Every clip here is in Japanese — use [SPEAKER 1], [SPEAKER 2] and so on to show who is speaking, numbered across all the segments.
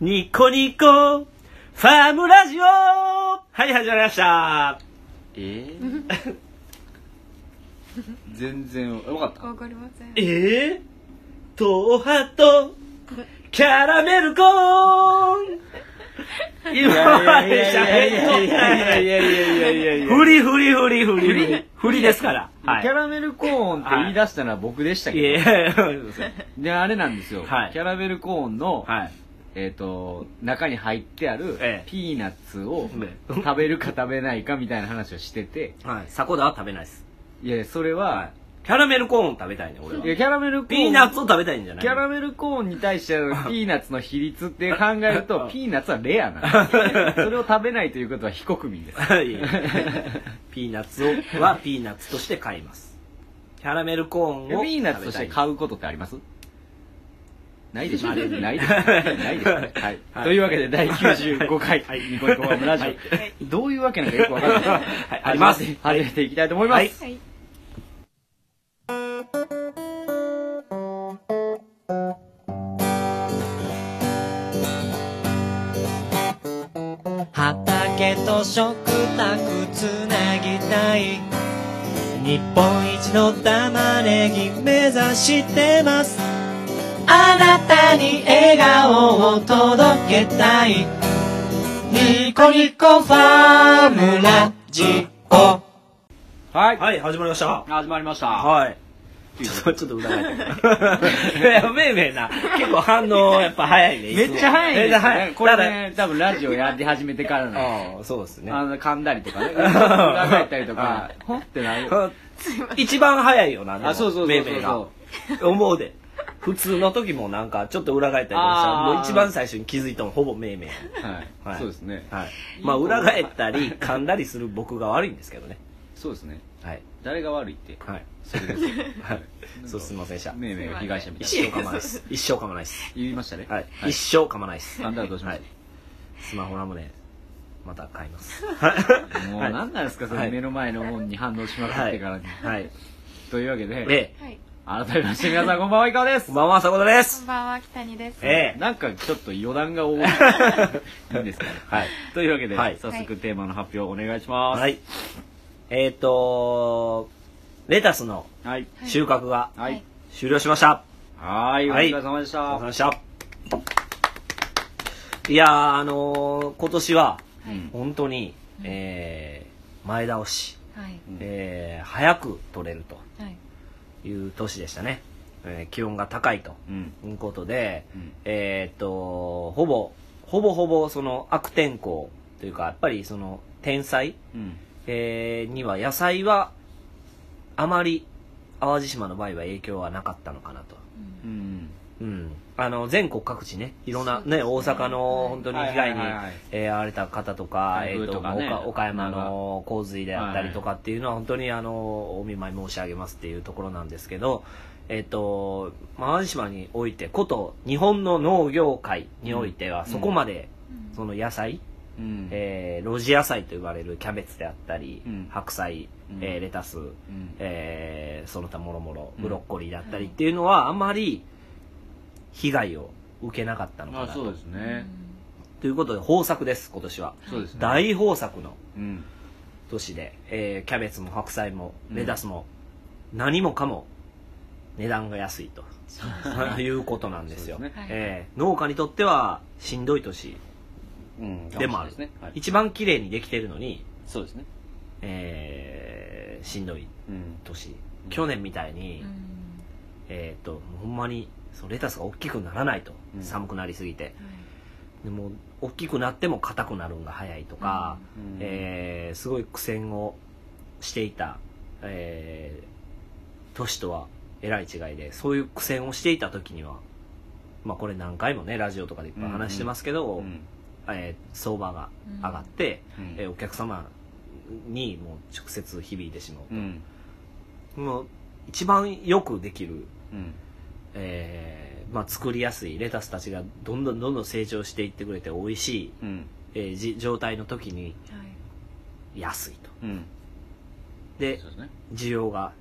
[SPEAKER 1] ニコニコファームラジオはい、始まりました。
[SPEAKER 2] え ー全然よかった
[SPEAKER 3] わかりません
[SPEAKER 1] えぇ、トーハとキャラメルコーン今まで喋っとったんや。
[SPEAKER 2] 振
[SPEAKER 1] ふ
[SPEAKER 2] り
[SPEAKER 1] りふりふりふりふり。ふりですから。は
[SPEAKER 2] キャ
[SPEAKER 1] い。
[SPEAKER 2] ラメルコーンって言い出したのは僕でした
[SPEAKER 1] いや
[SPEAKER 2] け
[SPEAKER 1] いやそうですよ
[SPEAKER 2] どであれなんですよ
[SPEAKER 1] はい
[SPEAKER 2] キャラメルコーンの
[SPEAKER 1] はい。
[SPEAKER 2] えっと中に入ってある
[SPEAKER 1] ええ
[SPEAKER 2] ピーナッツを
[SPEAKER 1] ね
[SPEAKER 2] 食べるか食べないかみたいな話をしてて
[SPEAKER 1] はい。サコダは食べないです。
[SPEAKER 2] いやそれ
[SPEAKER 1] は。
[SPEAKER 2] はい。
[SPEAKER 1] キャラメルコーン食べたいね、俺はい
[SPEAKER 2] やキャラメルコーン
[SPEAKER 1] ピーナッツを食べたいんじゃない
[SPEAKER 2] キャラメルコーンに対してのピーナッツの比率って考える とピーナッツはレアなんですそれを食べないということは非国民です
[SPEAKER 1] はいピーナッツをはピーナッツとして買いますキャラメルコーンを
[SPEAKER 2] ピーナッツとして
[SPEAKER 1] 買
[SPEAKER 2] 買うことってありますないでしょ
[SPEAKER 1] あれ
[SPEAKER 2] ないですないですねはい、
[SPEAKER 1] はい
[SPEAKER 2] というわけで第95回
[SPEAKER 1] はい
[SPEAKER 2] ニコニコワームラジオ、
[SPEAKER 1] はい
[SPEAKER 2] どういうわけなんかよくわかんない、
[SPEAKER 1] はいあります
[SPEAKER 2] 始めていきたいと思います、
[SPEAKER 1] はい
[SPEAKER 3] はい
[SPEAKER 4] 畑と食卓つなぎたい日本一の玉ねぎ目指してますあなたに笑顔を届けたいニコニコファームラジオ
[SPEAKER 2] はい
[SPEAKER 1] い、はい、始まりました
[SPEAKER 2] 始まりました
[SPEAKER 1] はいちょっとちょっと疑 いいやめいめいな結構反応やっぱ早いね
[SPEAKER 2] めっちゃ早いです
[SPEAKER 1] めっちゃ
[SPEAKER 2] よ
[SPEAKER 1] 早
[SPEAKER 2] ね
[SPEAKER 1] い
[SPEAKER 2] これね多分ラジオやり始めてから
[SPEAKER 1] た
[SPEAKER 2] の
[SPEAKER 1] だああそうですね
[SPEAKER 2] あの噛んだり とかね裏返ったりとかほってなる
[SPEAKER 1] 一番早いよなでも
[SPEAKER 2] あそうそうそうそう
[SPEAKER 1] めいめいが思うで普通の時もなんかちょっと裏返ったりとかしたら
[SPEAKER 2] あー
[SPEAKER 1] もう一番最初に気づいたのほぼめいめい
[SPEAKER 2] はい、
[SPEAKER 1] はい
[SPEAKER 2] そうですね、
[SPEAKER 1] はい、まあ裏返ったり噛んだりする僕が悪いんですけどね
[SPEAKER 2] そうですね
[SPEAKER 1] はい
[SPEAKER 2] 誰が悪いって
[SPEAKER 1] はい
[SPEAKER 2] それですよ
[SPEAKER 1] はいそうすいませんでした
[SPEAKER 2] めいめいが被害者みたい
[SPEAKER 1] 一生
[SPEAKER 2] な
[SPEAKER 1] 噛まない です一生噛まないです
[SPEAKER 2] 言いましたね
[SPEAKER 1] はい、一生噛まないです
[SPEAKER 2] あんたはどうしまし
[SPEAKER 1] はいスマホラムネまた買います
[SPEAKER 2] もう
[SPEAKER 1] はい
[SPEAKER 2] 何なんですかそ
[SPEAKER 1] は
[SPEAKER 2] れ
[SPEAKER 1] い
[SPEAKER 2] 目の前のもんに反応しまくってからに
[SPEAKER 1] はい
[SPEAKER 2] というわけで
[SPEAKER 1] ええ
[SPEAKER 3] はい
[SPEAKER 2] 改めまして皆さんこんばんはいかがです
[SPEAKER 1] こんばんはさこで
[SPEAKER 3] こ
[SPEAKER 1] す
[SPEAKER 3] んばんは北にです
[SPEAKER 1] ええ
[SPEAKER 2] なんかちょっと余談が多いいいんですかね
[SPEAKER 1] はい
[SPEAKER 2] というわけで
[SPEAKER 1] はい
[SPEAKER 2] 早速テーマの発表お願いします
[SPEAKER 1] はいえっ、とレタスの
[SPEAKER 2] はい
[SPEAKER 1] 収穫が
[SPEAKER 2] はい
[SPEAKER 1] 終了しました
[SPEAKER 2] はいお疲れ様でし
[SPEAKER 1] お疲れ様
[SPEAKER 2] た
[SPEAKER 1] でしたいやーあのー今年は
[SPEAKER 2] うん
[SPEAKER 1] 本当に、えー前倒し、
[SPEAKER 3] はい
[SPEAKER 2] うん
[SPEAKER 1] えー早く取れると
[SPEAKER 3] はい
[SPEAKER 1] いう年でしたね、えー気温が高いと
[SPEAKER 2] うん
[SPEAKER 1] いうことで、
[SPEAKER 2] うん
[SPEAKER 1] えーっとほぼほぼほぼその悪天候というかやっぱりその天災、
[SPEAKER 2] うん
[SPEAKER 1] えーには野菜はあまり淡路島の場合は影響はなかったのかなと。
[SPEAKER 3] うん
[SPEAKER 2] うん
[SPEAKER 1] うん、あの全国各地ねいろんな
[SPEAKER 3] そう
[SPEAKER 1] ね
[SPEAKER 3] ですね
[SPEAKER 1] 大阪
[SPEAKER 3] は
[SPEAKER 1] の
[SPEAKER 3] い
[SPEAKER 1] 本当に被害に
[SPEAKER 2] はいはいはいはい
[SPEAKER 1] えー遭われた方とか,、え
[SPEAKER 2] 台風
[SPEAKER 1] ーと
[SPEAKER 2] とかね
[SPEAKER 1] 岡岡山の洪水であったりとかっていうのは本当にあのお見舞い申し上げますっていうところなんですけど、えっとまあ淡路島においてこと日本の農業界においては、
[SPEAKER 2] うん
[SPEAKER 1] そこまで
[SPEAKER 3] うん
[SPEAKER 1] その野菜、
[SPEAKER 2] うん
[SPEAKER 1] えー露地野菜と呼ばれるキャベツであったり、
[SPEAKER 2] うん
[SPEAKER 1] 白菜、
[SPEAKER 2] うん
[SPEAKER 1] えーレタス、
[SPEAKER 2] うん
[SPEAKER 1] えーその他もろもろ
[SPEAKER 2] うん
[SPEAKER 1] ブロッコリーだったりっ
[SPEAKER 3] はい
[SPEAKER 1] ていうのはあまり被害を受けなかったのか
[SPEAKER 2] あ
[SPEAKER 1] な
[SPEAKER 2] そう
[SPEAKER 1] と
[SPEAKER 2] ですね
[SPEAKER 1] ということで豊作です今年は、
[SPEAKER 2] そうですね
[SPEAKER 1] 大豊作の
[SPEAKER 2] うん
[SPEAKER 1] 年で、えーキャベツも白菜も
[SPEAKER 2] うん
[SPEAKER 1] レタスも何もかも値段が安 いと、
[SPEAKER 3] そうです
[SPEAKER 1] いうことなんですよ
[SPEAKER 2] そうです
[SPEAKER 3] ね
[SPEAKER 1] えー農家にとってはしんどい年
[SPEAKER 2] うん
[SPEAKER 1] でもある
[SPEAKER 2] そうですねはい
[SPEAKER 1] 一番綺麗にできてるのに、
[SPEAKER 2] そうですね
[SPEAKER 1] えーしんどい
[SPEAKER 2] うん
[SPEAKER 1] 年去年みたいに、
[SPEAKER 3] うん
[SPEAKER 1] えーっとほんまにそうレタスが大きくならないと、
[SPEAKER 2] うん
[SPEAKER 1] 寒くなりすぎて
[SPEAKER 3] はい
[SPEAKER 1] でもう大きくなっても硬くなるんが早いとか、
[SPEAKER 2] うん
[SPEAKER 1] えーすごい苦戦をしていた、えー年とはえらい違いでそういう苦戦をしていた時には、まあ、これ何回もねラジオとかでいっぱい話してますけど、
[SPEAKER 2] うん
[SPEAKER 1] えー相場が上がって、
[SPEAKER 2] うん
[SPEAKER 1] えーお客様にもう直接響いてしまうと、
[SPEAKER 2] うん
[SPEAKER 1] もう一番よくできる
[SPEAKER 2] うん
[SPEAKER 1] えーまあ、作りやすいレタスたちがどんどんどんどん成長していってくれて美味しい、
[SPEAKER 2] うん
[SPEAKER 1] えーじ状態の時に
[SPEAKER 3] はい
[SPEAKER 1] 安いと
[SPEAKER 2] うん
[SPEAKER 1] で
[SPEAKER 2] そうですね
[SPEAKER 1] 需要が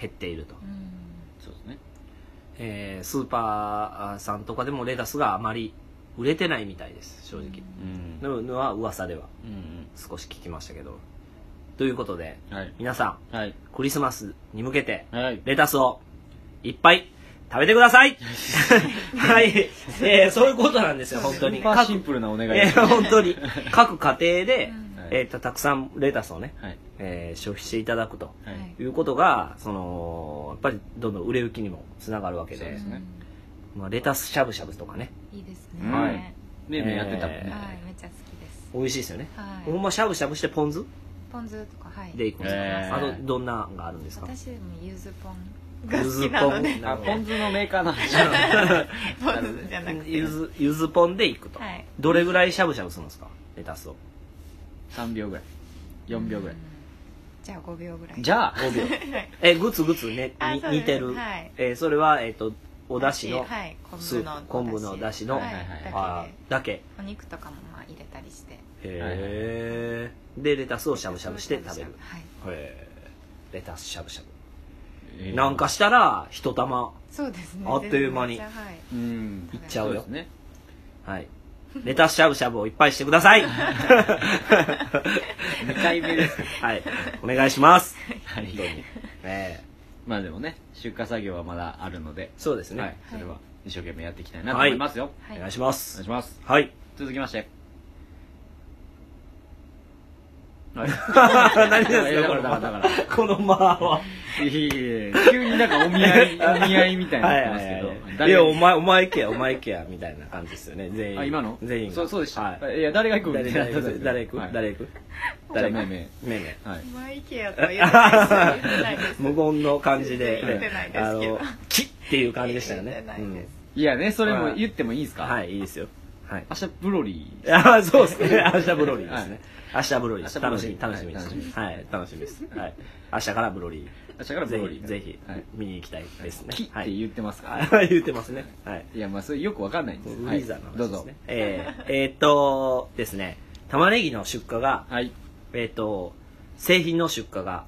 [SPEAKER 1] 減っていると、
[SPEAKER 3] うん
[SPEAKER 2] そうですね
[SPEAKER 1] えースーパーさんとかでもレタスがあまり売れてないみたいです正直
[SPEAKER 2] うん
[SPEAKER 1] ののは噂では
[SPEAKER 2] うん
[SPEAKER 1] 少し聞きましたけどということで
[SPEAKER 2] うんはい
[SPEAKER 1] 皆さ
[SPEAKER 2] はい
[SPEAKER 1] んクリスマスに向けて
[SPEAKER 2] はい
[SPEAKER 1] レタスをいっぱい食べてくだ さいはい、えーそういうことなんですよ本当に
[SPEAKER 2] スーパーシンプルなお願いです
[SPEAKER 1] えー本当 に各家庭で、
[SPEAKER 2] はい
[SPEAKER 1] えーとたくさんレタスをね、
[SPEAKER 2] はい
[SPEAKER 1] えー消費していただくと
[SPEAKER 2] はい
[SPEAKER 4] はい
[SPEAKER 1] いうことがそのやっぱりどんどん売れ行きにもつながるわけ
[SPEAKER 2] そう
[SPEAKER 1] で
[SPEAKER 2] ですね
[SPEAKER 1] まあ、レタスしゃぶしゃぶとかね
[SPEAKER 4] いいです
[SPEAKER 2] うん
[SPEAKER 4] ね。
[SPEAKER 2] は
[SPEAKER 4] はいい、
[SPEAKER 2] ねねやってたもんね
[SPEAKER 1] えー
[SPEAKER 4] めっちゃ好きです。
[SPEAKER 1] 美味しいですよね、
[SPEAKER 4] はい
[SPEAKER 1] ほんましゃぶしゃぶしてポン酢
[SPEAKER 4] ポン酢とかはい。
[SPEAKER 1] でいくんですか、
[SPEAKER 2] えー
[SPEAKER 1] あとどんなのがあるんですか
[SPEAKER 4] 私でもゆずポンが
[SPEAKER 1] ゆ
[SPEAKER 4] 好
[SPEAKER 1] ず
[SPEAKER 4] きな
[SPEAKER 1] ポ
[SPEAKER 4] の
[SPEAKER 1] ン
[SPEAKER 4] で、
[SPEAKER 1] な
[SPEAKER 2] あ
[SPEAKER 1] るほ
[SPEAKER 2] ポン酢のメーカーなんでし
[SPEAKER 4] ポン 酢じゃなく
[SPEAKER 1] ど
[SPEAKER 4] て。
[SPEAKER 1] ゆずゆずポンでいくと、
[SPEAKER 4] はい
[SPEAKER 1] どれぐらいしゃぶしゃぶするんですかレタスを
[SPEAKER 2] 3秒ぐらい4秒ぐらい
[SPEAKER 4] うん。じゃあ5秒ぐらい。
[SPEAKER 2] じゃあ
[SPEAKER 1] 5秒えグツグツね
[SPEAKER 4] あ
[SPEAKER 1] に
[SPEAKER 4] そうです
[SPEAKER 1] 煮てる、
[SPEAKER 4] はい
[SPEAKER 1] えーそれはえっ、とおだしの
[SPEAKER 4] はい、昆
[SPEAKER 1] スー
[SPEAKER 4] 布
[SPEAKER 1] プ
[SPEAKER 4] の
[SPEAKER 1] 昆布のだしの、
[SPEAKER 4] はい
[SPEAKER 2] はいはい
[SPEAKER 1] あ
[SPEAKER 4] だけ
[SPEAKER 1] ー
[SPEAKER 4] で
[SPEAKER 1] だけ
[SPEAKER 4] お肉とかもまあ入れたりして
[SPEAKER 1] へえでレタスをしゃぶしゃぶして食べる
[SPEAKER 4] はい
[SPEAKER 1] へえレタスしゃぶしゃ
[SPEAKER 2] え
[SPEAKER 1] ぶ
[SPEAKER 2] ー
[SPEAKER 1] なんかしたら一玉
[SPEAKER 4] そうですね
[SPEAKER 1] あっという間に
[SPEAKER 4] めっちゃはい
[SPEAKER 2] うん
[SPEAKER 1] いっちゃう
[SPEAKER 2] そうで
[SPEAKER 1] よ
[SPEAKER 2] すね
[SPEAKER 1] はいレタスしゃぶしゃぶをいっぱいしてください
[SPEAKER 2] 2回目です
[SPEAKER 1] はいお願いします
[SPEAKER 2] はい
[SPEAKER 1] 本当にええ
[SPEAKER 2] まあでもね出荷作業はまだあるので
[SPEAKER 1] そうですね、
[SPEAKER 2] はいそれは一生懸命やっていきたいなと思いますよ
[SPEAKER 4] はい
[SPEAKER 1] お願いし
[SPEAKER 2] お
[SPEAKER 1] ます
[SPEAKER 2] 願いします
[SPEAKER 1] はい
[SPEAKER 2] 続きまして
[SPEAKER 1] 何
[SPEAKER 2] いやい
[SPEAKER 1] です
[SPEAKER 2] や
[SPEAKER 1] かこの
[SPEAKER 2] だ
[SPEAKER 1] 間
[SPEAKER 2] からだから
[SPEAKER 1] この間はい
[SPEAKER 2] やいやいや急になんかお見合いお見合いみたいになってま
[SPEAKER 1] は
[SPEAKER 2] す
[SPEAKER 1] いはい
[SPEAKER 2] け
[SPEAKER 1] は
[SPEAKER 2] ど
[SPEAKER 1] いいや
[SPEAKER 2] 誰
[SPEAKER 1] お前お前行けやお前行けやみたいな感じですよね全員
[SPEAKER 2] あ今の
[SPEAKER 1] 全員が
[SPEAKER 2] そうそうでした、
[SPEAKER 1] はい
[SPEAKER 2] い、や誰が行くみた
[SPEAKER 1] 誰
[SPEAKER 2] いにな
[SPEAKER 1] 誰
[SPEAKER 2] ってたんですけど
[SPEAKER 1] 誰行く
[SPEAKER 2] はい
[SPEAKER 1] 誰行く
[SPEAKER 2] じゃあ
[SPEAKER 1] 誰行
[SPEAKER 2] め
[SPEAKER 1] く
[SPEAKER 2] いめ
[SPEAKER 1] めいめい
[SPEAKER 2] いはい
[SPEAKER 4] 「マイケア」とは言ってないです
[SPEAKER 1] 無言の感じで
[SPEAKER 2] 言えて
[SPEAKER 4] ない、です
[SPEAKER 1] あ
[SPEAKER 4] けど
[SPEAKER 1] の、キッっていう感じでしたよ
[SPEAKER 4] 言え
[SPEAKER 1] ね
[SPEAKER 4] て。ないです
[SPEAKER 2] いやねそれも言ってもいいで
[SPEAKER 1] う
[SPEAKER 2] す
[SPEAKER 1] ん
[SPEAKER 2] か
[SPEAKER 1] はい、いいですよ。はい。
[SPEAKER 2] 明日ブロリー
[SPEAKER 1] あそうですね。明日ブロリーですね。明日ブロリーです。
[SPEAKER 2] 明日ブロ
[SPEAKER 1] 楽し
[SPEAKER 2] リ
[SPEAKER 1] み、
[SPEAKER 2] ー
[SPEAKER 1] 楽しみで。
[SPEAKER 2] はい楽しみですす
[SPEAKER 1] はい、楽しみです。はい。明日からブロリー。
[SPEAKER 2] 明日からブロリー
[SPEAKER 1] ぜひ、ぜ
[SPEAKER 2] はい
[SPEAKER 1] ひ、見に行きたいですね。
[SPEAKER 2] キ
[SPEAKER 1] は
[SPEAKER 2] って
[SPEAKER 1] い。
[SPEAKER 2] 言ってますから、
[SPEAKER 1] はい 言ってますね。はい。
[SPEAKER 2] いやまあそれよくわかんないん
[SPEAKER 1] ウ
[SPEAKER 2] です
[SPEAKER 1] ィザーの
[SPEAKER 2] はい、どう
[SPEAKER 1] 話です
[SPEAKER 2] ぞ
[SPEAKER 1] ね。えーえーっとですね、玉ねぎの出荷が、
[SPEAKER 2] はい
[SPEAKER 1] えーっと、製品の出荷が、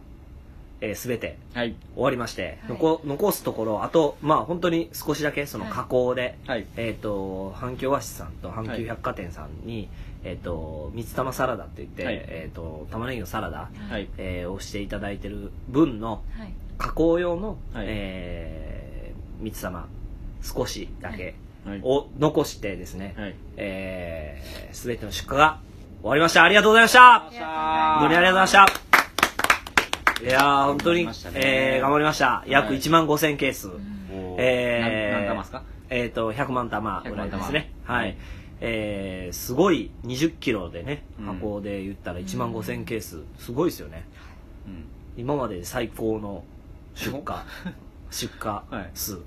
[SPEAKER 1] えー、すべて
[SPEAKER 2] はい
[SPEAKER 1] 終わりまして、
[SPEAKER 4] はい
[SPEAKER 1] 残残すところあとまあ本当に少しだけその加工で、
[SPEAKER 2] はい
[SPEAKER 1] えっ、と阪急和紙さんと阪急百貨店さんに、えっ、と三つ玉サラダって言って、
[SPEAKER 2] はい
[SPEAKER 1] えっ、と玉ねぎのサラダ、
[SPEAKER 2] はい
[SPEAKER 1] えーをしていただいてる分の
[SPEAKER 4] はい
[SPEAKER 1] 加工用の、
[SPEAKER 2] はい
[SPEAKER 1] えー三つ玉少しだけ
[SPEAKER 2] はい
[SPEAKER 1] を残してですね、
[SPEAKER 2] はい
[SPEAKER 1] えー、全ての出荷が終わりましたありがとうございました
[SPEAKER 4] りが
[SPEAKER 1] 本当にありがとうございました。いやー、本当に、
[SPEAKER 2] 頑張りましたね
[SPEAKER 1] えー頑張りました。約
[SPEAKER 2] はい
[SPEAKER 1] 1万5千ケース。えー
[SPEAKER 2] 何玉ですか
[SPEAKER 1] えっ、と、100万玉ぐらいですね。
[SPEAKER 2] 100万玉
[SPEAKER 1] は
[SPEAKER 2] はい
[SPEAKER 1] い。えーすごい20キロでね、
[SPEAKER 2] うん
[SPEAKER 1] 箱で言ったら1万5千ケース。すごいですよね。
[SPEAKER 2] うん
[SPEAKER 1] 今まで最高の出荷
[SPEAKER 2] すご
[SPEAKER 1] 出
[SPEAKER 2] い、
[SPEAKER 1] 荷数
[SPEAKER 4] はい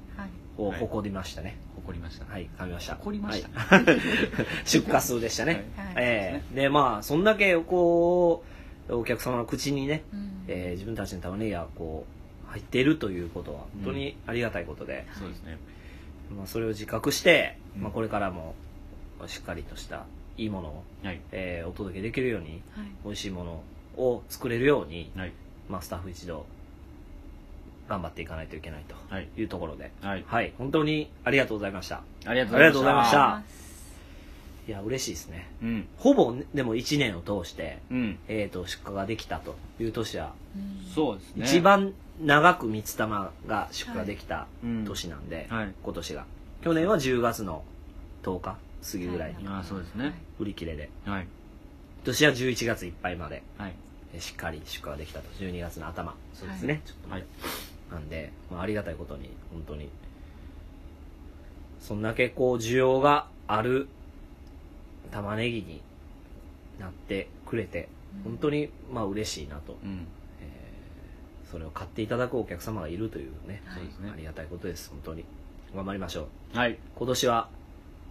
[SPEAKER 1] を誇りましたね。
[SPEAKER 2] 怒りました
[SPEAKER 1] はい、噛みました。
[SPEAKER 2] 誇りました
[SPEAKER 1] はい 出荷数でしたね。
[SPEAKER 4] はい
[SPEAKER 1] えーで、まあ、そんだけ、こう、お客様の口にね、
[SPEAKER 4] うん
[SPEAKER 1] えー自分たちの玉ねぎがこう入っているということは本当にありがたいことで、
[SPEAKER 2] そうですね
[SPEAKER 1] まあ、それを自覚して、
[SPEAKER 2] うん
[SPEAKER 1] まあ、これからもしっかりとしたいいものを、
[SPEAKER 2] はい
[SPEAKER 1] えーお届けできるように
[SPEAKER 4] はい
[SPEAKER 1] 美味しいものを作れるように、
[SPEAKER 2] はい
[SPEAKER 1] まあ、スタッフ一同頑張っていかないといけない
[SPEAKER 2] はい
[SPEAKER 1] というところで、
[SPEAKER 2] はい
[SPEAKER 1] はい、本当にありがとうございました
[SPEAKER 2] ありがと
[SPEAKER 1] ありがとうございまし
[SPEAKER 4] あ
[SPEAKER 1] た
[SPEAKER 4] りがとうございます
[SPEAKER 1] いや嬉しいですね
[SPEAKER 2] うん
[SPEAKER 1] ほぼねでも1年を通して、
[SPEAKER 2] うん
[SPEAKER 1] えー、と出荷ができたという年は
[SPEAKER 4] うん
[SPEAKER 2] そうですね
[SPEAKER 1] 一番長く三つ玉が出荷できた
[SPEAKER 2] うん
[SPEAKER 1] 年なんで、
[SPEAKER 2] はい
[SPEAKER 1] 今年が去年は10月の10日過ぎぐらい
[SPEAKER 4] は
[SPEAKER 1] に
[SPEAKER 4] い
[SPEAKER 2] ああそうですね
[SPEAKER 1] 売り切れで
[SPEAKER 2] はい
[SPEAKER 1] 今年は11月いっぱいまで
[SPEAKER 2] はい
[SPEAKER 1] えしっかり出荷ができたと12月の頭
[SPEAKER 4] そう
[SPEAKER 1] で
[SPEAKER 4] ですす
[SPEAKER 1] ね、
[SPEAKER 2] はい
[SPEAKER 1] なんで、まあ、ありがたいことに本当にそんだけこう需要がある玉ねぎになってくれて本当にまあ嬉しいなと
[SPEAKER 2] うん
[SPEAKER 1] それを買っていただくお客様がいるというね、
[SPEAKER 2] そうですね
[SPEAKER 1] ありがたいことです本当に頑張りましょう
[SPEAKER 2] はい
[SPEAKER 1] 今年は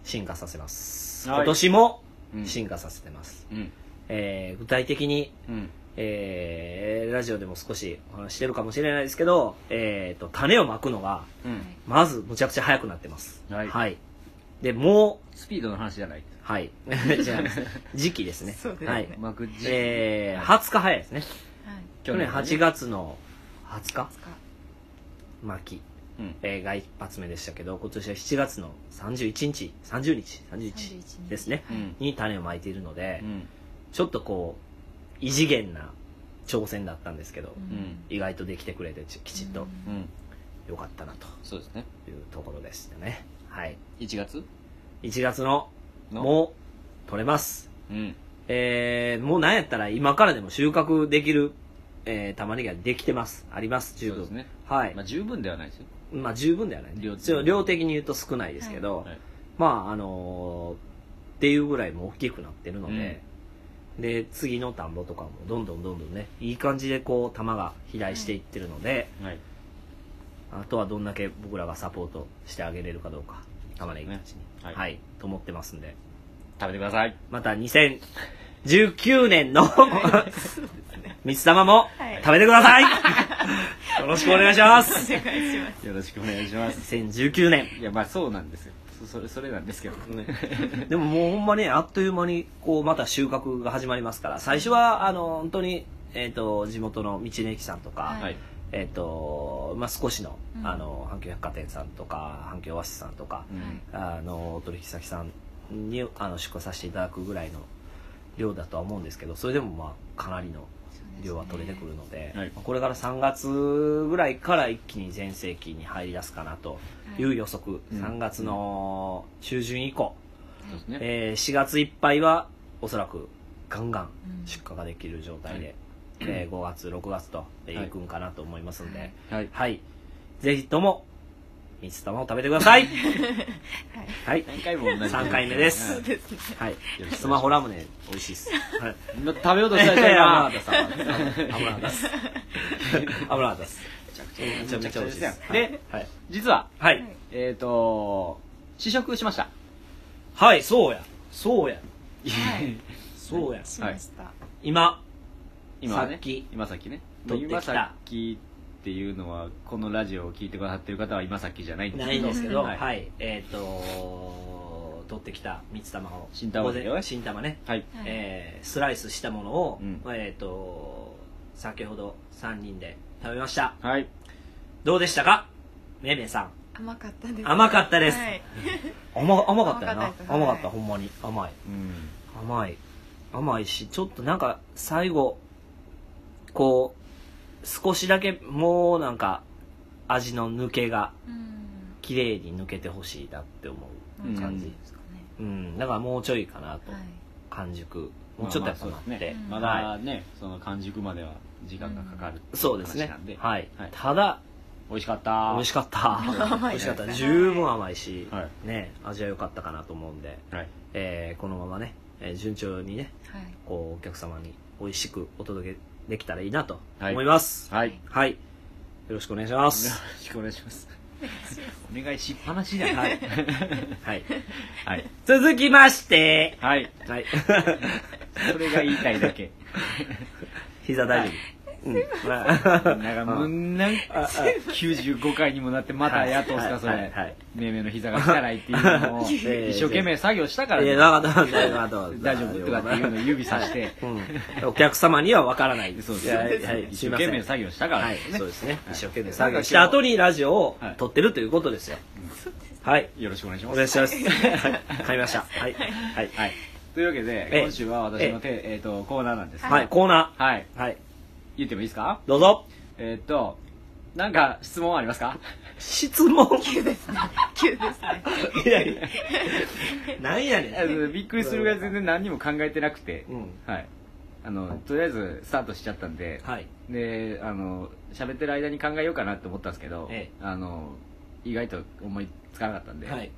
[SPEAKER 1] 進化させます、
[SPEAKER 2] はい
[SPEAKER 1] 今年も
[SPEAKER 2] うん
[SPEAKER 1] 進化させてます、
[SPEAKER 2] うん
[SPEAKER 1] えー具体的に、
[SPEAKER 2] うん
[SPEAKER 1] えーラジオでも少しお話ししてるかもしれないですけど、えー、と種をまくのが
[SPEAKER 2] うん
[SPEAKER 1] まずむちゃくちゃ早くなってます
[SPEAKER 2] はい
[SPEAKER 1] でもう
[SPEAKER 2] スピードの話じゃない
[SPEAKER 1] はい 違いますね時期ですね
[SPEAKER 4] そうですね
[SPEAKER 1] はい
[SPEAKER 2] マクジ
[SPEAKER 1] えー、20日早いですね
[SPEAKER 4] はい
[SPEAKER 1] 去年8
[SPEAKER 2] 月
[SPEAKER 1] 月の20日
[SPEAKER 4] つか
[SPEAKER 1] 巻き
[SPEAKER 2] うん
[SPEAKER 1] えーが一発目でしたけど今年は7月の31日30日31日
[SPEAKER 3] 31
[SPEAKER 1] ですね
[SPEAKER 3] 日はい
[SPEAKER 1] に種をまいているので、
[SPEAKER 2] うん
[SPEAKER 1] ちょっとこう異次元な挑戦だったんですけど、
[SPEAKER 3] うん
[SPEAKER 1] 意外とできてくれてちきちっ
[SPEAKER 3] う
[SPEAKER 1] と
[SPEAKER 3] ん
[SPEAKER 2] うん
[SPEAKER 1] 良かったなと
[SPEAKER 2] そうですね
[SPEAKER 1] いうところでしたねはい
[SPEAKER 2] 1月
[SPEAKER 1] 1月の
[SPEAKER 2] の
[SPEAKER 1] もう取れます
[SPEAKER 2] うん
[SPEAKER 1] えー、もうなんやったら今からでも収穫できる、えー、玉ねぎができてますあります十
[SPEAKER 2] そうで
[SPEAKER 1] 分
[SPEAKER 2] すね
[SPEAKER 1] はい
[SPEAKER 2] まあ十分ではないですよ
[SPEAKER 1] まあ十分ではないね
[SPEAKER 2] 量的に
[SPEAKER 1] ちょ量的に言うと少ないですけど、
[SPEAKER 2] はい
[SPEAKER 1] まああのーっていうぐらいもう大きくなってるので、で次の田んぼとかもどんどんどんどんねいい感じでこう玉が肥大していってるので、
[SPEAKER 2] はい
[SPEAKER 1] あとはどんだけ僕らがサポートしてあげれるかどうか玉ねぎたちに、
[SPEAKER 2] そうですねはい
[SPEAKER 1] と思ってますんで
[SPEAKER 2] 食べてください
[SPEAKER 1] また2019年 の 三つ玉も
[SPEAKER 3] はい
[SPEAKER 1] 食べてください、よろしくお願いします
[SPEAKER 3] お願いします
[SPEAKER 2] よろしくお願いします
[SPEAKER 1] 2019年
[SPEAKER 2] いやまあそうなんですよそそれそれなんですけど
[SPEAKER 1] でももうほんまねあっという間にこうまた収穫が始まりますから最初はあの本当に、えー、と地元の道の駅さんとか、
[SPEAKER 3] はい
[SPEAKER 2] はい
[SPEAKER 1] えーとまあ、少しの,、
[SPEAKER 3] うん
[SPEAKER 1] あの阪急百貨店さんとか阪急和紙さんとか、
[SPEAKER 2] うん
[SPEAKER 1] あのお取引先さんにあの出荷させていただくぐらいの量だとは思うんですけどそれでもまあかなりの量は取れてくるので
[SPEAKER 2] はい
[SPEAKER 1] これから3月ぐらいから一気に全盛期に入り出すかなという予測、
[SPEAKER 2] うん
[SPEAKER 1] 3月の中旬以降、
[SPEAKER 2] そうですね
[SPEAKER 1] えー4月いっぱいはおそらくガンガン
[SPEAKER 3] うん
[SPEAKER 1] 出荷ができる状態
[SPEAKER 2] は
[SPEAKER 1] で、え5月6月とえーいくんかなと思いますんで、
[SPEAKER 2] はい
[SPEAKER 1] はい、ぜひとも三つ玉を食べてくださいはい、
[SPEAKER 2] 3回も同じ
[SPEAKER 1] 三回目です
[SPEAKER 3] そうですね
[SPEAKER 1] はい
[SPEAKER 2] よろしくお願いします
[SPEAKER 1] スマホラムネ美味しいっす。はい。
[SPEAKER 2] ま食べようと
[SPEAKER 1] い
[SPEAKER 2] した
[SPEAKER 1] や
[SPEAKER 2] らした
[SPEAKER 1] い
[SPEAKER 2] ら
[SPEAKER 1] や危なかったっす。危なかったっす。めちゃめちゃ美味しいっす。
[SPEAKER 2] で
[SPEAKER 1] はい。
[SPEAKER 2] 実は
[SPEAKER 1] はい。
[SPEAKER 2] えっと試食しました
[SPEAKER 1] はい、そうや。そうや。そうや。
[SPEAKER 3] しました
[SPEAKER 1] 今、
[SPEAKER 2] 今は
[SPEAKER 1] さ
[SPEAKER 2] ね
[SPEAKER 1] っき
[SPEAKER 2] 今さっきね
[SPEAKER 1] 撮ってきた
[SPEAKER 2] 今さっきっていうのはこのラジオを聞いてくださってる方は今さっきじゃないんです
[SPEAKER 1] な
[SPEAKER 2] け
[SPEAKER 1] いん
[SPEAKER 2] ど
[SPEAKER 1] ですけど、
[SPEAKER 2] はい
[SPEAKER 1] はい。えっと、取ってきた三つ玉を。
[SPEAKER 2] 新玉だよ
[SPEAKER 1] ここ新玉ね。
[SPEAKER 2] はい
[SPEAKER 3] はい
[SPEAKER 1] えースライスしたものを
[SPEAKER 2] うん、
[SPEAKER 1] えっと、先ほど3人で食べました。
[SPEAKER 2] はい
[SPEAKER 1] どうでしたかめいめいさん。
[SPEAKER 3] 甘かったです
[SPEAKER 1] 甘かったです
[SPEAKER 3] はい
[SPEAKER 1] 甘甘かったよな
[SPEAKER 3] 甘かったで。す
[SPEAKER 1] 甘かっ
[SPEAKER 3] は
[SPEAKER 1] た、
[SPEAKER 3] い
[SPEAKER 1] ほんまに。甘い。
[SPEAKER 2] うん
[SPEAKER 1] 甘い甘いしちょっとなんか最後こう少しだけもうなんか味の抜けが
[SPEAKER 3] うん
[SPEAKER 1] 綺麗に抜けてほしいなって思
[SPEAKER 2] うん
[SPEAKER 1] う感じ、
[SPEAKER 3] ですかね
[SPEAKER 1] うんだからもうちょいかなと、
[SPEAKER 3] はい
[SPEAKER 1] 完熟もうちょっとやっぱ
[SPEAKER 2] まあまあ
[SPEAKER 1] 待って、
[SPEAKER 3] うん
[SPEAKER 2] ま
[SPEAKER 1] は
[SPEAKER 2] だねその完熟までは時間がかかるって
[SPEAKER 1] い、
[SPEAKER 2] い
[SPEAKER 1] そうです
[SPEAKER 2] 話
[SPEAKER 1] ね
[SPEAKER 2] なんで
[SPEAKER 1] はい、
[SPEAKER 2] はい
[SPEAKER 1] ただ
[SPEAKER 2] 美味しかった
[SPEAKER 1] 美味しかった
[SPEAKER 3] 甘い
[SPEAKER 1] 美味しかった
[SPEAKER 3] はい
[SPEAKER 1] 十分甘いし、
[SPEAKER 2] は
[SPEAKER 1] ね味は良かったかなと思うんで、
[SPEAKER 2] はい
[SPEAKER 1] えーこのままね、えー順調にね
[SPEAKER 3] はい
[SPEAKER 1] こうお客様に美味しくお届けできたらいいなと
[SPEAKER 2] はい
[SPEAKER 1] 思います、
[SPEAKER 2] はいよ
[SPEAKER 1] はい。よろしくお願いしま
[SPEAKER 2] ろ
[SPEAKER 1] す。
[SPEAKER 2] しくお願いしますお願いしっぱなしじゃな
[SPEAKER 1] はいい。はい。
[SPEAKER 2] はい
[SPEAKER 1] 続きまして。
[SPEAKER 2] はい
[SPEAKER 1] はい。
[SPEAKER 2] それが言いたいだけ
[SPEAKER 1] 膝大丈夫。うん。まあ
[SPEAKER 2] なんかもうなんか95回にもなってまたやっとすかそ
[SPEAKER 1] はいは
[SPEAKER 2] れ
[SPEAKER 1] いはい
[SPEAKER 2] めいめいの膝が痛いっていうのを 一生懸命作業したから
[SPEAKER 1] い
[SPEAKER 2] ね
[SPEAKER 1] や、なかった、なかった。
[SPEAKER 2] 大丈夫とかっていうのを指さして
[SPEAKER 1] うん。お客様にはわからない
[SPEAKER 2] そうです
[SPEAKER 1] いやはい
[SPEAKER 2] ね。
[SPEAKER 1] はい
[SPEAKER 2] 一
[SPEAKER 1] すいま
[SPEAKER 2] 生懸
[SPEAKER 1] せん。
[SPEAKER 2] 命作業したから
[SPEAKER 1] はい
[SPEAKER 2] ね。、
[SPEAKER 1] そうですね。
[SPEAKER 2] はい
[SPEAKER 1] 一生懸命作業した後にラジオを
[SPEAKER 2] はい
[SPEAKER 1] 撮ってるということですよ。はい。
[SPEAKER 2] よろしくお願いし
[SPEAKER 1] お
[SPEAKER 2] ます。
[SPEAKER 1] 願いします。はい。買いました。はい。はい。
[SPEAKER 2] はい。というわけで、
[SPEAKER 1] ええ
[SPEAKER 2] 今週は私のてえっとコーナーなんですけど。
[SPEAKER 1] はい、コーナ
[SPEAKER 2] はい。
[SPEAKER 1] ー。はい。
[SPEAKER 2] 言ってもいいですか？
[SPEAKER 1] どうぞ。
[SPEAKER 2] えっとなんか質問ありますか？
[SPEAKER 1] 質問。
[SPEAKER 3] 急ですね急ですね
[SPEAKER 1] いやいや。なんやねん。
[SPEAKER 2] えーとびっくりするぐらい全然何にも考えてなくて
[SPEAKER 1] う、ん。
[SPEAKER 2] はい。あのとりあえずスタートしちゃったんで、
[SPEAKER 1] はい。
[SPEAKER 2] であの喋ってる間に考えようかなと思ったんですけど、
[SPEAKER 1] ええ
[SPEAKER 2] あの意外と思いつかなかったんで、
[SPEAKER 1] はい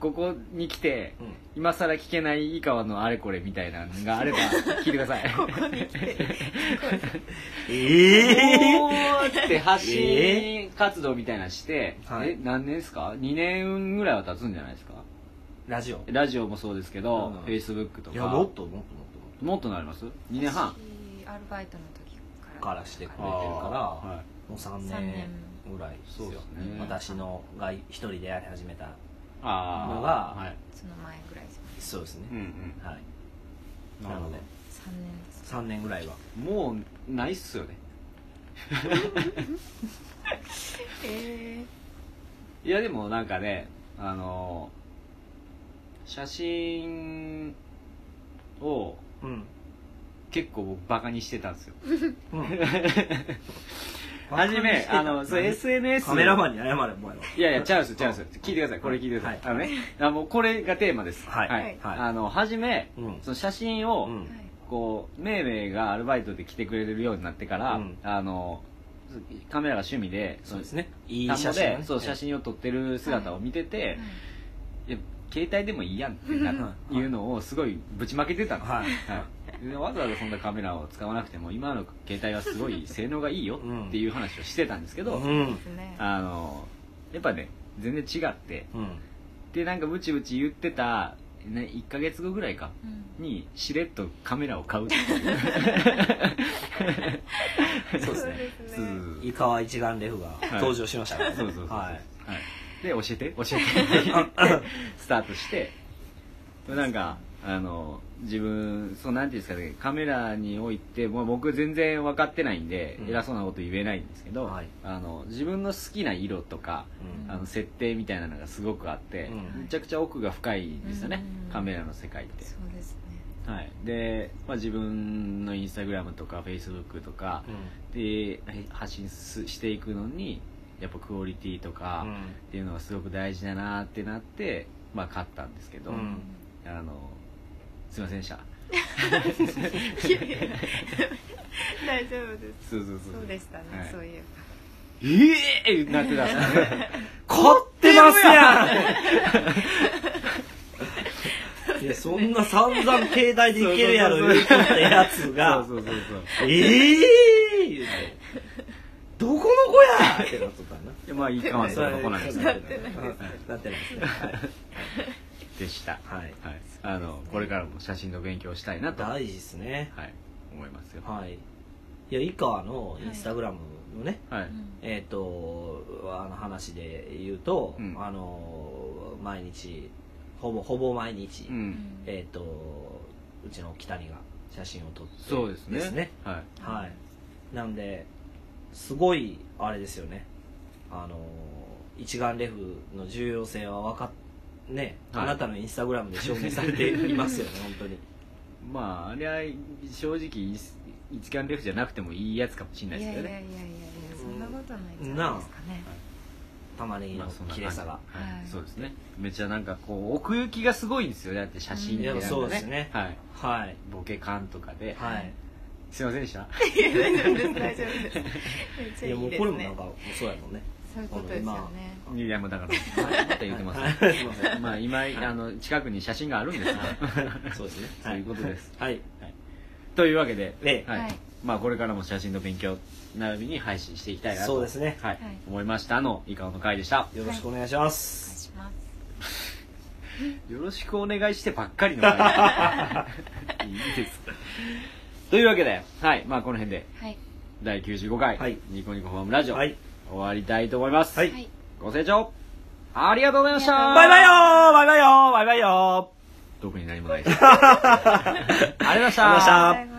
[SPEAKER 2] ここに来て。
[SPEAKER 1] うん。
[SPEAKER 2] 今さら聞けない井川のあれこれみたいなのがあ れば聞いてくださいここに
[SPEAKER 1] ええ
[SPEAKER 2] って発信活動みたいなのして、
[SPEAKER 1] はい
[SPEAKER 2] え何年ですか2年ぐらいは経つんじゃないですか
[SPEAKER 1] ラジオ
[SPEAKER 2] ラジオもそうですけど、
[SPEAKER 1] うん
[SPEAKER 2] Facebook と
[SPEAKER 1] い
[SPEAKER 2] か
[SPEAKER 1] やもっともっともっ
[SPEAKER 2] もっとなります2年半
[SPEAKER 3] 私アルバイトの時
[SPEAKER 1] と
[SPEAKER 3] か
[SPEAKER 1] かららしてくれてる
[SPEAKER 2] あ
[SPEAKER 1] から
[SPEAKER 2] ーはい
[SPEAKER 1] もう3
[SPEAKER 3] 三年
[SPEAKER 1] 年ぐらいですよ
[SPEAKER 2] そうですね
[SPEAKER 1] 私のが一人でやり始めた
[SPEAKER 2] あー
[SPEAKER 1] のが
[SPEAKER 2] はい
[SPEAKER 3] その前ぐらいです
[SPEAKER 1] そうですね
[SPEAKER 2] う、んうん
[SPEAKER 1] はい
[SPEAKER 2] な
[SPEAKER 1] な
[SPEAKER 2] るほ
[SPEAKER 1] の
[SPEAKER 2] ど
[SPEAKER 1] で
[SPEAKER 3] 3年です
[SPEAKER 1] 3年ぐらいは
[SPEAKER 2] もうないっすよね
[SPEAKER 3] え
[SPEAKER 2] いやでもなんかねあの写真を
[SPEAKER 1] うん
[SPEAKER 2] 結構僕バカにしてたんですよ
[SPEAKER 1] うん
[SPEAKER 2] は じめあのそう
[SPEAKER 1] 何
[SPEAKER 2] SNS
[SPEAKER 1] カメラマンに謝れお前はい
[SPEAKER 2] やいや、チャンス、チャンス。聞いてください、これ聞いてください。
[SPEAKER 1] は
[SPEAKER 2] あのね、あもうこれがテーマです。
[SPEAKER 1] はいはい
[SPEAKER 2] あの、はじめ
[SPEAKER 1] うん、
[SPEAKER 2] その写真
[SPEAKER 1] う
[SPEAKER 2] を、
[SPEAKER 3] ー、
[SPEAKER 1] ん
[SPEAKER 2] こう、めいめいがアルバイトで来てくれるようになってから
[SPEAKER 1] うん、
[SPEAKER 2] あの、カメラが趣味で、
[SPEAKER 1] そうです
[SPEAKER 2] ね。
[SPEAKER 1] ねいい
[SPEAKER 2] 田んぼ
[SPEAKER 1] 写真
[SPEAKER 2] で
[SPEAKER 1] ね、
[SPEAKER 2] そう、写真を撮ってる姿を見て
[SPEAKER 3] はい
[SPEAKER 2] て、いや、携帯でもいいやんってなる
[SPEAKER 1] はい
[SPEAKER 2] いうのをすごいぶちまけてたんですよ
[SPEAKER 1] はい
[SPEAKER 2] はいでわざわざそんなカメラを使わなくても今の携帯はすごい性能がいいよっていう話をしてたんですけど、
[SPEAKER 1] うん
[SPEAKER 3] ですね
[SPEAKER 2] あのやっぱね全然違って
[SPEAKER 1] うん
[SPEAKER 2] でなんかブチブチ言ってた、ね、1ヶ月後ぐらいか
[SPEAKER 3] うん
[SPEAKER 2] にしれっとカメラを買うっていう
[SPEAKER 1] そうですね
[SPEAKER 3] そうです
[SPEAKER 2] そう
[SPEAKER 3] ね
[SPEAKER 1] 井川一眼レフが登場しましたからね
[SPEAKER 2] そうそうそうそ
[SPEAKER 1] は
[SPEAKER 2] うはいいで教えて教えて スタートしてなんかあの自分そうなんていうんですかねカメラにおいてもう僕全然分かってないんで、
[SPEAKER 1] うん
[SPEAKER 2] 偉そうなこと言えないんですけど、
[SPEAKER 1] はい
[SPEAKER 2] あの自分の好きな色とか
[SPEAKER 1] うん
[SPEAKER 2] あの設定みたいなのがすごくあって、
[SPEAKER 1] うん
[SPEAKER 2] めちゃくちゃ奥が深いですよね、
[SPEAKER 3] うん
[SPEAKER 2] カメラの世界って、
[SPEAKER 3] そうですね
[SPEAKER 2] はい、で、まあ、自分のインスタグラムとかフェイスブックとかで発信すしていくのにやっぱクオリティと
[SPEAKER 1] う
[SPEAKER 2] か
[SPEAKER 1] ん
[SPEAKER 2] っていうのがすごく大事だなってなって、まあ、買ったんですけど、
[SPEAKER 1] うん
[SPEAKER 2] あのすいませんでした
[SPEAKER 3] いやいや 大丈夫です
[SPEAKER 2] そうそうそう
[SPEAKER 3] そうでしたね、
[SPEAKER 2] はい
[SPEAKER 3] そういえ
[SPEAKER 2] ええなってた
[SPEAKER 1] 凝ってますや んいやそんな散々携帯でいけるやろ言うとったやつ が
[SPEAKER 2] そうそうそうそう
[SPEAKER 1] ええー言うてどこの子やってなっとったんだ
[SPEAKER 2] いやまあいいかもしれないなんですけど
[SPEAKER 1] なってないですなってないですね
[SPEAKER 2] でした
[SPEAKER 1] はい
[SPEAKER 2] はい、あのこれからも写真の勉強をしたいなと、は
[SPEAKER 1] 大事ですね
[SPEAKER 2] い、思いますよ。は
[SPEAKER 1] はいいや以下のインスタグラムのね、
[SPEAKER 2] い、
[SPEAKER 3] ば、うん
[SPEAKER 1] えっ、とあの話で言うと、
[SPEAKER 2] うん
[SPEAKER 1] あの毎日ほぼほぼ毎日、
[SPEAKER 2] うん、
[SPEAKER 1] えっ、とうちの北にが写真を撮って
[SPEAKER 2] そうですね。
[SPEAKER 1] ですね
[SPEAKER 2] は
[SPEAKER 1] はいなんですごいあれですよねあの一眼レフの重要性は分かっね、
[SPEAKER 2] はい
[SPEAKER 1] あなたのインスタグラムで証明されていますよね本当に
[SPEAKER 2] い、まあ、あれは正直一一眼レフじゃなくてもいいやつかもしれない
[SPEAKER 3] い
[SPEAKER 2] で
[SPEAKER 3] や
[SPEAKER 2] す
[SPEAKER 3] い
[SPEAKER 2] け
[SPEAKER 3] や
[SPEAKER 2] ど
[SPEAKER 3] いやいや
[SPEAKER 2] ね。
[SPEAKER 3] いやそんなことないじゃないですかね
[SPEAKER 1] 玉ねぎの綺麗さが、
[SPEAKER 2] そんな感じは、
[SPEAKER 3] はいい
[SPEAKER 2] そうですね。めっちゃなんかこう奥行きがすごいんですよ。だって写真ってなんか
[SPEAKER 1] いやそうですね
[SPEAKER 2] はい。
[SPEAKER 1] はい
[SPEAKER 2] ボケ感とかで、
[SPEAKER 1] はい
[SPEAKER 2] すいません でした。
[SPEAKER 3] いや大丈夫です大丈夫ですめっちゃ
[SPEAKER 1] い
[SPEAKER 3] い
[SPEAKER 1] やも
[SPEAKER 3] いうですね
[SPEAKER 1] これもなんかそうやもんね
[SPEAKER 3] そういうことですよね
[SPEAKER 2] いやもうだから、まあ、また言ってます、
[SPEAKER 1] はいすいません
[SPEAKER 2] まあ今、あの近くに写真があるんですよ。
[SPEAKER 1] そうですね
[SPEAKER 2] そういうことです
[SPEAKER 1] はい
[SPEAKER 2] というわけで、
[SPEAKER 1] ええ
[SPEAKER 2] はい
[SPEAKER 3] はい
[SPEAKER 2] まあ、これからも写真の勉強並びに配信していきたいなと
[SPEAKER 1] そうですね
[SPEAKER 2] はい
[SPEAKER 3] はい
[SPEAKER 2] 思いましたのいかおの会でした
[SPEAKER 1] よろしくお願いしま
[SPEAKER 3] お願い
[SPEAKER 1] す
[SPEAKER 3] します
[SPEAKER 2] よろしくお願いしてばっかりの会いいですというわけで、はいまあ、この辺で
[SPEAKER 3] はい
[SPEAKER 2] 第95回、
[SPEAKER 1] はい
[SPEAKER 2] ニコニコホームラジオ、
[SPEAKER 1] はい
[SPEAKER 2] 終わりたいと思います、
[SPEAKER 1] はい
[SPEAKER 3] はい
[SPEAKER 2] ご清聴ありがとうございました
[SPEAKER 3] ありがとうご
[SPEAKER 1] バイバ
[SPEAKER 3] ざい
[SPEAKER 1] イよーバイバイよーバイバイよー
[SPEAKER 2] 特に何もないですありがとうございまし
[SPEAKER 1] あり
[SPEAKER 2] た
[SPEAKER 1] がとうございました
[SPEAKER 3] ありがとうございました